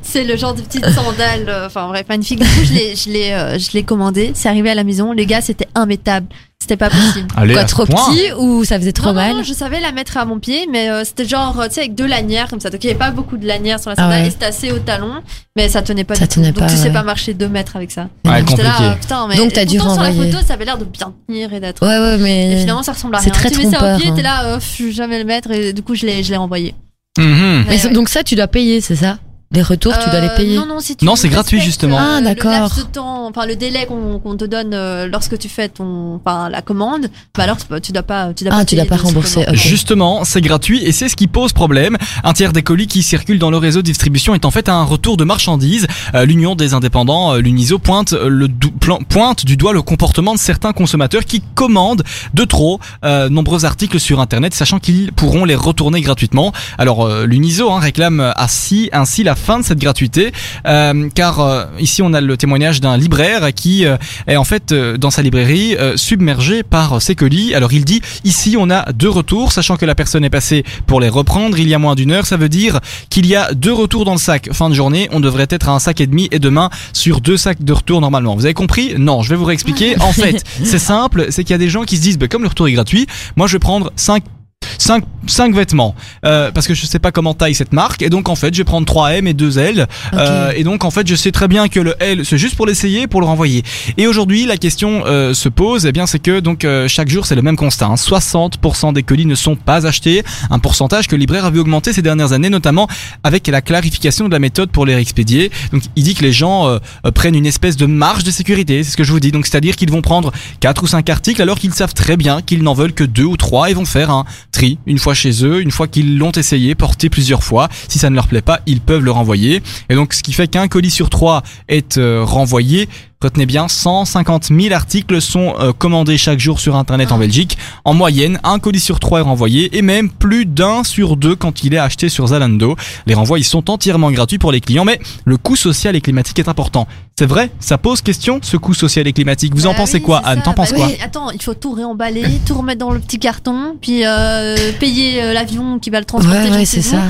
c'est le genre de petites sandales, euh, enfin bref, magnifique. Du coup je l'ai je l'ai euh, je l'ai commandé. C'est arrivé à la maison. Les gars c'était immétable. C'était pas possible.
Allez,
Quoi,
à ce
trop
point.
petit ou ça faisait trop
Non, non,
mal
non, je savais la mettre à mon pied, mais euh, c'était genre, euh, tu sais, avec deux lanières comme ça. Donc il n'y avait pas beaucoup de lanières sur la
Ah
sandale
ouais.
et c'était assez au talon, mais ça tenait pas
Ça
du tout.
tenait
Donc
pas,
tu sais
ouais.
pas marcher deux mètres avec ça.
Ouais,
J'étais là,
compliqué.
euh, putain, mais
Donc, t'as dû
pourtant, sur la
renvoyer.
photo, ça avait l'air de bien tenir et d'être.
Ouais, ouais, mais.
Et finalement, ça ressemble à
C'est très
rien. tu mets ça
trompeur,
au pied,
hein.
t'es là, euh, pff, je vais jamais le mettre, et du coup, je l'ai, je l'ai renvoyé.
Mhm.
Mais
Ouais,
c'est-
ouais.
donc ça, tu dois payer, c'est ça Les retours, tu dois les
Euh,
payer.
Non, non, si tu
Non, c'est gratuit,
respectes,
justement.
euh,
Ah, d'accord.
Le laps de temps, enfin le délai qu'on qu'on te donne euh, lorsque tu fais ton, enfin la commande, bah alors tu dois pas, tu dois
ah,
pas
tu
payer
l'as pas
de-
remboursé. ok.
Justement, c'est gratuit et c'est ce qui pose problème. Un tiers des colis qui circulent dans le réseau de distribution est en fait un retour de marchandises. Euh, L'Union des indépendants, euh, l'UNISO, pointe, euh, le dou- plan- pointe du doigt le comportement de certains consommateurs qui commandent de trop euh, nombreux articles sur Internet, sachant qu'ils pourront les retourner gratuitement. Alors euh, l'UNISO hein, réclame euh, ainsi, ainsi la fin de cette gratuité, euh, car euh, ici on a le témoignage d'un libraire qui euh, est en fait euh, dans sa librairie euh, submergé par ses colis. Alors il dit ici on a deux retours, sachant que la personne est passée pour les reprendre il y a moins d'une heure, ça veut dire qu'il y a deux retours dans le sac. Fin de journée, on devrait être à un sac et demi et demain sur deux sacs de retour normalement. Vous avez compris Non, je vais vous réexpliquer. En fait, c'est simple, c'est qu'il y a des gens qui se disent bah, comme le retour est gratuit, moi je vais prendre 5 5, vêtements euh, parce que je sais pas comment taille cette marque et donc en fait je vais prendre 3M et 2L euh, et donc en fait je sais très bien que le L c'est juste pour l'essayer pour le renvoyer et aujourd'hui la question euh, se pose eh bien c'est que donc euh, chaque jour c'est le même constat hein. 60% des colis ne sont pas achetés un pourcentage que le libraire a vu augmenter ces dernières années notamment avec la clarification de la méthode pour les réexpédier donc il dit que les gens euh, euh, prennent une espèce de marge de sécurité c'est ce que je vous dis donc c'est à dire qu'ils vont prendre 4 ou 5 articles alors qu'ils savent très bien qu'ils n'en veulent que 2 ou 3 et vont faire un tri une fois chez eux une fois qu'ils l'ont essayé porté plusieurs fois si ça ne leur plaît pas ils peuvent le renvoyer et donc, ce qui fait qu'un colis sur trois est euh, renvoyé. Retenez bien, 150 000 articles sont euh, commandés chaque jour sur Internet en
Ah.
Belgique. En moyenne, un colis sur trois est renvoyé et même plus d'un sur deux quand il est acheté sur Zalando. Les renvois, ils sont entièrement gratuits pour les clients, mais le coût social et climatique est important. C'est vrai, ça pose question, ce coût social et climatique. Vous en
Bah
pensez
oui,
quoi,
c'est
Anne
ça.
T'en penses
Bah
quoi
oui, Attends, il faut tout réemballer, tout remettre dans le petit carton, puis euh, payer euh, l'avion qui va le transporter.
Ouais, ouais,
jusqu'à
c'est
vous.
ça.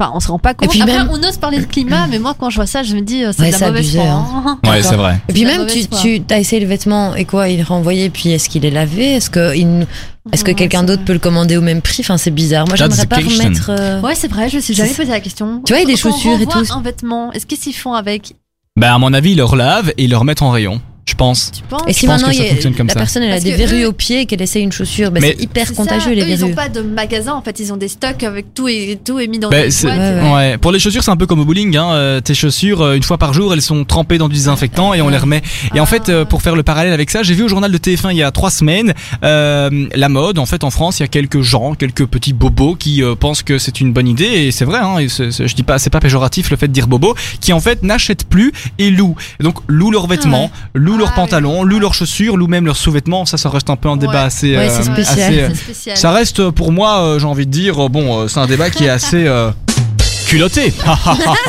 Enfin, on se rend pas compte.
puis
Après,
même-
on ose parler de climat, mais moi, quand je vois ça, je me dis, euh, c'est
Ouais,
de la
c'est
mauvaise
abusé,
foi,
hein.
hein.
Ouais, c'est
vrai.
Et puis
C'est
même,
la
tu,
mauvaise
tu as essayé le vêtement et quoi, il est renvoyé, puis est-ce qu'il est lavé Est-ce que, il- est-ce que
Ouais,
quelqu'un
c'est
d'autre
vrai.
peut le commander au même prix Enfin, c'est bizarre. Moi,
That's
j'aimerais
the
pas
question.
remettre. euh,
Ouais, c'est vrai, je me suis
C'est
jamais
ça.
posé la question.
Tu vois, il y a des
Quand on
chaussures et
renvoie
tout.
un vêtement, est-ce qu'est-ce qu'ils font avec
Bah, à mon avis, ils leur lavent et ils leur mettent en rayon. Je pense.
Tu penses
Et si
pense
maintenant
que ça
il y a-
fonctionne comme
la
ça.
personne elle a
Parce
des
que
verrues
eux-
au pied et qu'elle essaie une chaussure, bah,
Mais-
c'est hyper
C'est ça,
contagieux les
eux, Ils
verrues.
ont pas de magasin, en fait, ils ont des stocks avec tout et tout est mis dans euh,
Bah,
des
c'est-
boîtes.
Ouais,
Ouais. Pour les chaussures, c'est un peu comme au bowling. Hein. Euh, Tes chaussures, euh, une fois par jour, elles sont trempées dans du désinfectant et on les remet. Et en
Ah.
fait, euh, pour faire le parallèle avec ça, j'ai vu au journal de TF1 il y a trois semaines euh, la mode. En fait, en France, il y a quelques gens, quelques petits bobos qui euh, pensent que c'est une bonne idée et c'est vrai. Hein, et c'est- c'est- je dis pas, c'est pas péjoratif le fait de dire bobo, qui en fait n'achètent plus et louent. Et donc louent leurs vêtements, louent
Ah
leurs
oui.
pantalons, louent leurs chaussures, louent même leurs sous-vêtements. Ça, ça reste un peu un débat
Ouais.
assez.
Ouais, c'est spécial.
assez, euh,
C'est spécial.
ça reste euh, pour moi, euh, j'ai envie de dire, euh, bon, euh, c'est un débat qui est assez euh, culotté.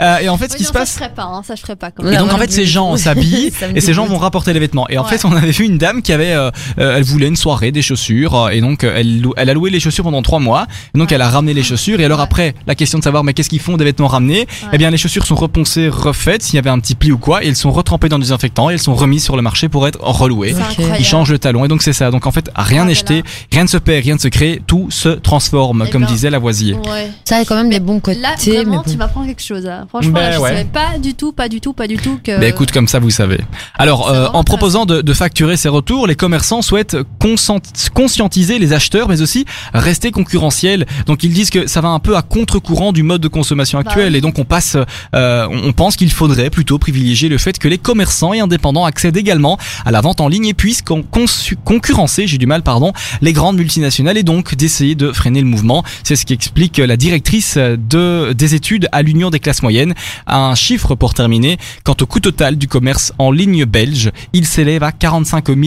Euh, et en fait, ce
Oui,
qui
non,
se
ça,
passe,
je ferais pas, hein, ça je ferais pas quand
Ouais.
même.
et
Là,
donc en
moi,
fait
je-
ces gens s'habillent
Ça me
et ces gens
dégoûte.
vont rapporter les vêtements. Et en
Ouais.
fait on avait vu une dame qui avait, euh, euh, elle voulait une soirée des chaussures euh, et donc euh, elle, lou- elle a loué les chaussures pendant trois mois. Et donc
Ouais.
elle a ramené les chaussures et alors
Ouais.
après la question de savoir mais qu'est-ce qu'ils font des vêtements ramenés Eh bien les chaussures sont reponcées, refaites s'il y avait un petit pli ou quoi et elles sont retrempées dans du désinfectant et elles sont remises sur le marché pour être relouées.
C'est
Ok.
incroyable.
Ils changent le talon et donc c'est ça. Donc en fait rien
Ah,
n'est
voilà.
jeté, rien ne se perd, rien ne se crée, tout se transforme
Eh
comme
ben.
disait Lavoisier.
Ouais.
Ça a quand même des bons
Là,
côtés, Bah, mais
vraiment,
bon.
tu m'apprends quelque chose. chose. hein. Franchement,
Ben
là, je
ouais.
savais pas du tout, pas du tout, pas du tout que.
Bah écoute, comme ça vous savez. Alors,
C'est
euh,
vraiment
en proposant de, de facturer ces retours, les commerçants souhaitent consent- conscientiser les acheteurs, mais aussi rester concurrentiels. Donc ils disent que ça va un peu à contre-courant du mode de consommation
Bah
actuel, et donc on passe, euh, on on pense qu'il faudrait plutôt privilégier le fait que les commerçants et indépendants accèdent également à la vente en ligne et puissent con- consu- concurrencer, j'ai du mal, pardon, les grandes multinationales et donc d'essayer de freiner le mouvement. C'est ce qu'explique la directrice de, des études à l'Union des classes moyennes. Un chiffre pour terminer, quant au coût total du commerce en ligne belge, il s'élève à 45 000,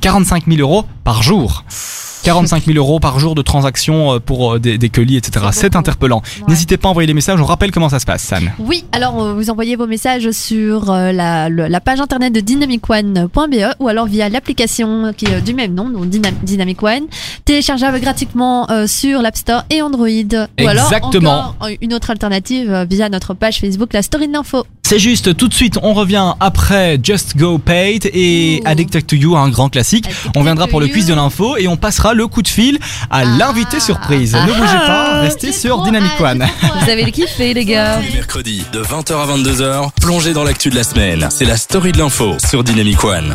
45 000 euros par jour. 45 000 euros par jour de transactions euh, pour euh, des, des colis, etc.
C'est
C'est
beaucoup.
interpellant.
Ouais.
N'hésitez pas à envoyer les messages, on rappelle comment ça se passe, Sam.
Oui, alors euh, vous envoyez vos messages sur euh, la, le- la page internet de dynamicone.be E ou alors via l'application qui est euh, du même nom, donc Dynam- Dynamic One, téléchargeable gratuitement euh, sur l'App Store et Android. Ou alors
Exactement.
encore, euh, une autre alternative euh, via notre page Facebook, la story de l'info.
C'est juste, tout de suite, on revient après Just Go Paid et
Ouh.
Addicted to You, un grand classique. On viendra pour le quiz de l'info et on passera le coup de fil à
Ah.
l'invité surprise. Ne bougez pas, restez sur Dynamic One.
Vous avez kiffé, les gars.
Les mercredis, de 20h à 22h, plongez dans l'actu de la semaine. C'est la story de l'info sur Dynamic One.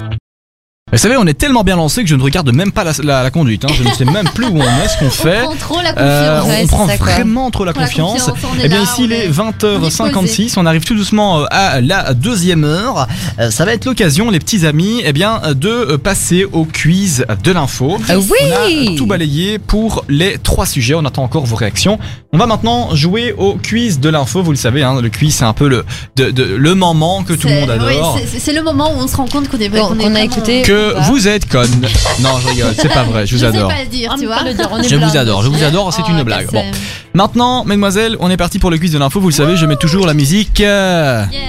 Vous savez, on est tellement bien lancé que je ne regarde même pas la, la- la conduite. hein. Je ne sais même plus où on est, ce qu'on fait.
On prend trop la
Euh,
confiance.
ouais,
on
c'est
prend
ça, quoi.
vraiment trop la
Prends la
confiance.
confiance, on est
Eh bien
là,
ici
on
il est
est- on est
20h56,
posé.
on arrive tout doucement euh, à la deuxième heure. Euh, Ça va être l'occasion, les petits amis, eh bien, euh, de euh, passer au quiz de l'info. On
Ah
a euh,
oui
tout balayé pour les trois sujets. On attend encore vos réactions. On va maintenant jouer au quiz de l'info. Vous le savez, hein, le quiz c'est un peu le, de- de- le moment que tout le monde adore.
Oui, c'est- c'est- c'est le moment où on se rend compte qu'on est
Bon,
qu'on est
on a
vraiment-
écouté.
que vous êtes conne. Non, je rigole, c'est pas vrai. Je vous
Je sais
adore.
pas le dire, tu vois.
Je vous adore, je vous adore. C'est
Oh,
une blague. Bon.
Kassem.
Maintenant, mesdemoiselles, on est parti pour le quiz de l'info. Vous le savez, je mets toujours la musique euh,
Yeah.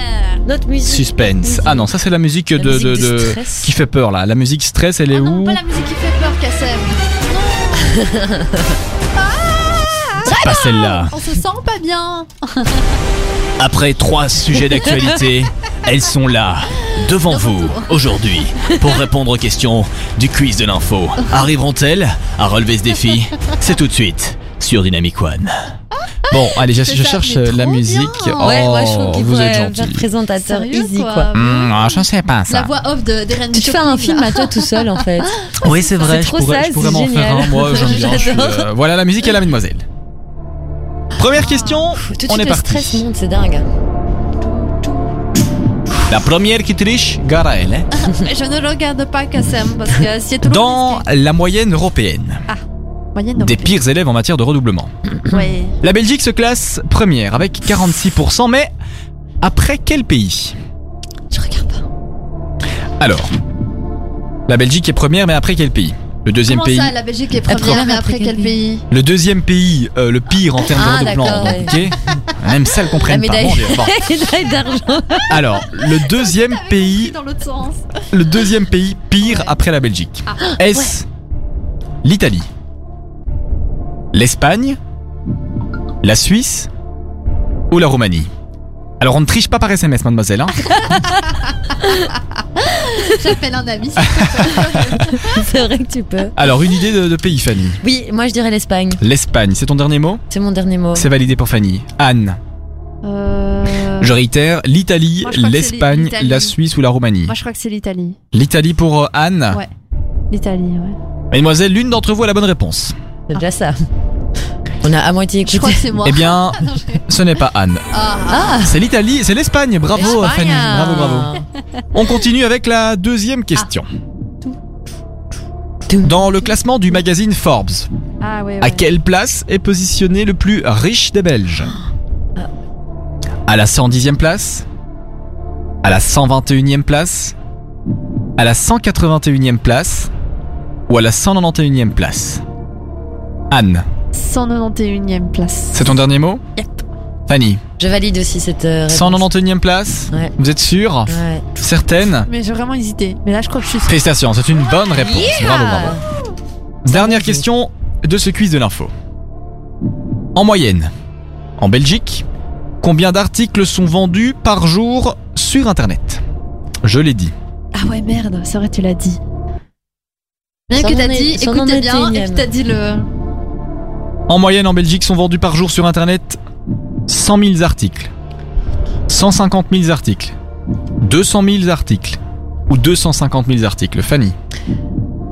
Notre musique.
suspense. Ah non, ça c'est la musique
La
de,
musique
de-
du
de-
stress.
qui fait peur là. La musique stress, elle est
Ah non,
où
pas la musique qui fait peur, Kassem.
C'est pas celle-là.
Ah, On se sent pas bien.
Après trois sujets d'actualité, elles sont là, devant vous, aujourd'hui, pour répondre aux questions du quiz de l'info. Arriveront-elles à relever ce défi C'est tout de suite sur Dynamic One. Bon, allez, je,
C'est
je
ça,
cherche
mais
euh, la
trop
musique.
bien.
Oh,
ouais, moi je trouve qu'il
vous êtes
pourrait faire
gentil.
présentateur
Sérieux,
easy
quoi.
quoi.
Hmm. je sais pas
La voix off de Darren
Tu te fais un film à toi tout seul en fait.
Oui, c'est
vrai,
vrai, je
C'est je trop pourrais-
pourrais,
ça, je pourrais c'est
m'en
m'en génial.
faire un, moi, j'aime bien.
je suis, euh,
voilà la musique et la mademoiselle. Première question,
Tout de
on
suite,
est
le stress
parti.
monte, c'est dingue.
La première qui triche, gare à elle. hein.
Ah,
Je ne regarde pas Kassem parce que si trop
Dans la moyenne européenne, des pires élèves en matière de redoublement.
Ouais.
La Belgique se classe première avec 46%, mais après quel pays
Je regarde pas.
Alors, la Belgique est première, mais après quel pays Le deuxième
Comment
pays.
ça, la Belgique est première, mais après quel pays
Le deuxième pays, euh, le pire en termes
Ah,
de redoublement.
d'accord,
donc, ok. Même ça, le comprennent
La
pas.
médaille.
Mon Dieu. Bon.
Médaille d'argent.
Alors, le
Ah,
deuxième pays,
Dans l'autre sens.
le deuxième pays pire
Ouais.
après la Belgique.
Ah,
Est-ce l'Italie, l'Espagne, la Suisse ou la Roumanie Alors, on ne triche pas par SMS, mademoiselle. hein.
J'appelle un ami.
C'est vrai que tu peux.
Alors, une idée de, de pays, Fanny.
Oui, moi je dirais l'Espagne.
L'Espagne, c'est ton dernier mot
C'est mon dernier mot.
C'est validé pour Fanny. Anne,
Euh,
je réitère, l'Italie,
Moi, je crois que c'est
l'Espagne,
l'Italie.
la Suisse ou la Roumanie
Moi, je crois que c'est l'Italie.
L'Italie pour euh, Anne.
Ouais. L'Italie, ouais.
Mademoiselle, l'une d'entre vous a la bonne réponse.
C'est déjà ça. On a à moitié
Je crois
écouté.
que c'est moi.
Eh bien, ce n'est pas Anne.
Ah,
C'est l'Italie, c'est l'Espagne. Bravo, Fanny.
hein.
Bravo, bravo. On continue avec la deuxième question. Dans le classement du magazine Forbes,
ah ouais, ouais.
à quelle place est positionné le plus riche des Belges À la 110e place À la 121e place À la 181e place Ou à la 191e place Anne,
191ème place.
c'est ton dernier mot
Yep.
Fanny,
Je valide aussi cette euh, réponse.
191e place
Ouais.
Vous êtes sûre
Ouais.
Certaine
Mais j'ai vraiment hésité. Mais là, je crois que je suis sûre.
Félicitations, c'est une bonne réponse. Bravo, bravo. Dernière question de ce quiz de l'info. En moyenne, en Belgique, combien d'articles sont vendus par jour sur Internet Je l'ai dit.
Ah ouais, merde, c'est vrai, tu l'as dit. Bien
Son
que t'as
nom est-
dit,
son
écoutez
nom
bien,
était
et puis t'as dit le.
En moyenne, en Belgique, sont vendus par jour sur Internet 100 000 articles. 150 000 articles, 200 000 articles ou 250 000 articles, Fanny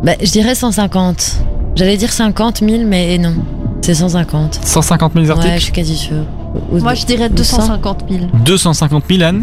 Bah, je dirais 150. J'allais dire 50 000, mais non. C'est 150.
150 000
Ouais, je
articles
suis quasi sûre. Ou- ou-
Moi, je dirais 250 000.
250 000 Anne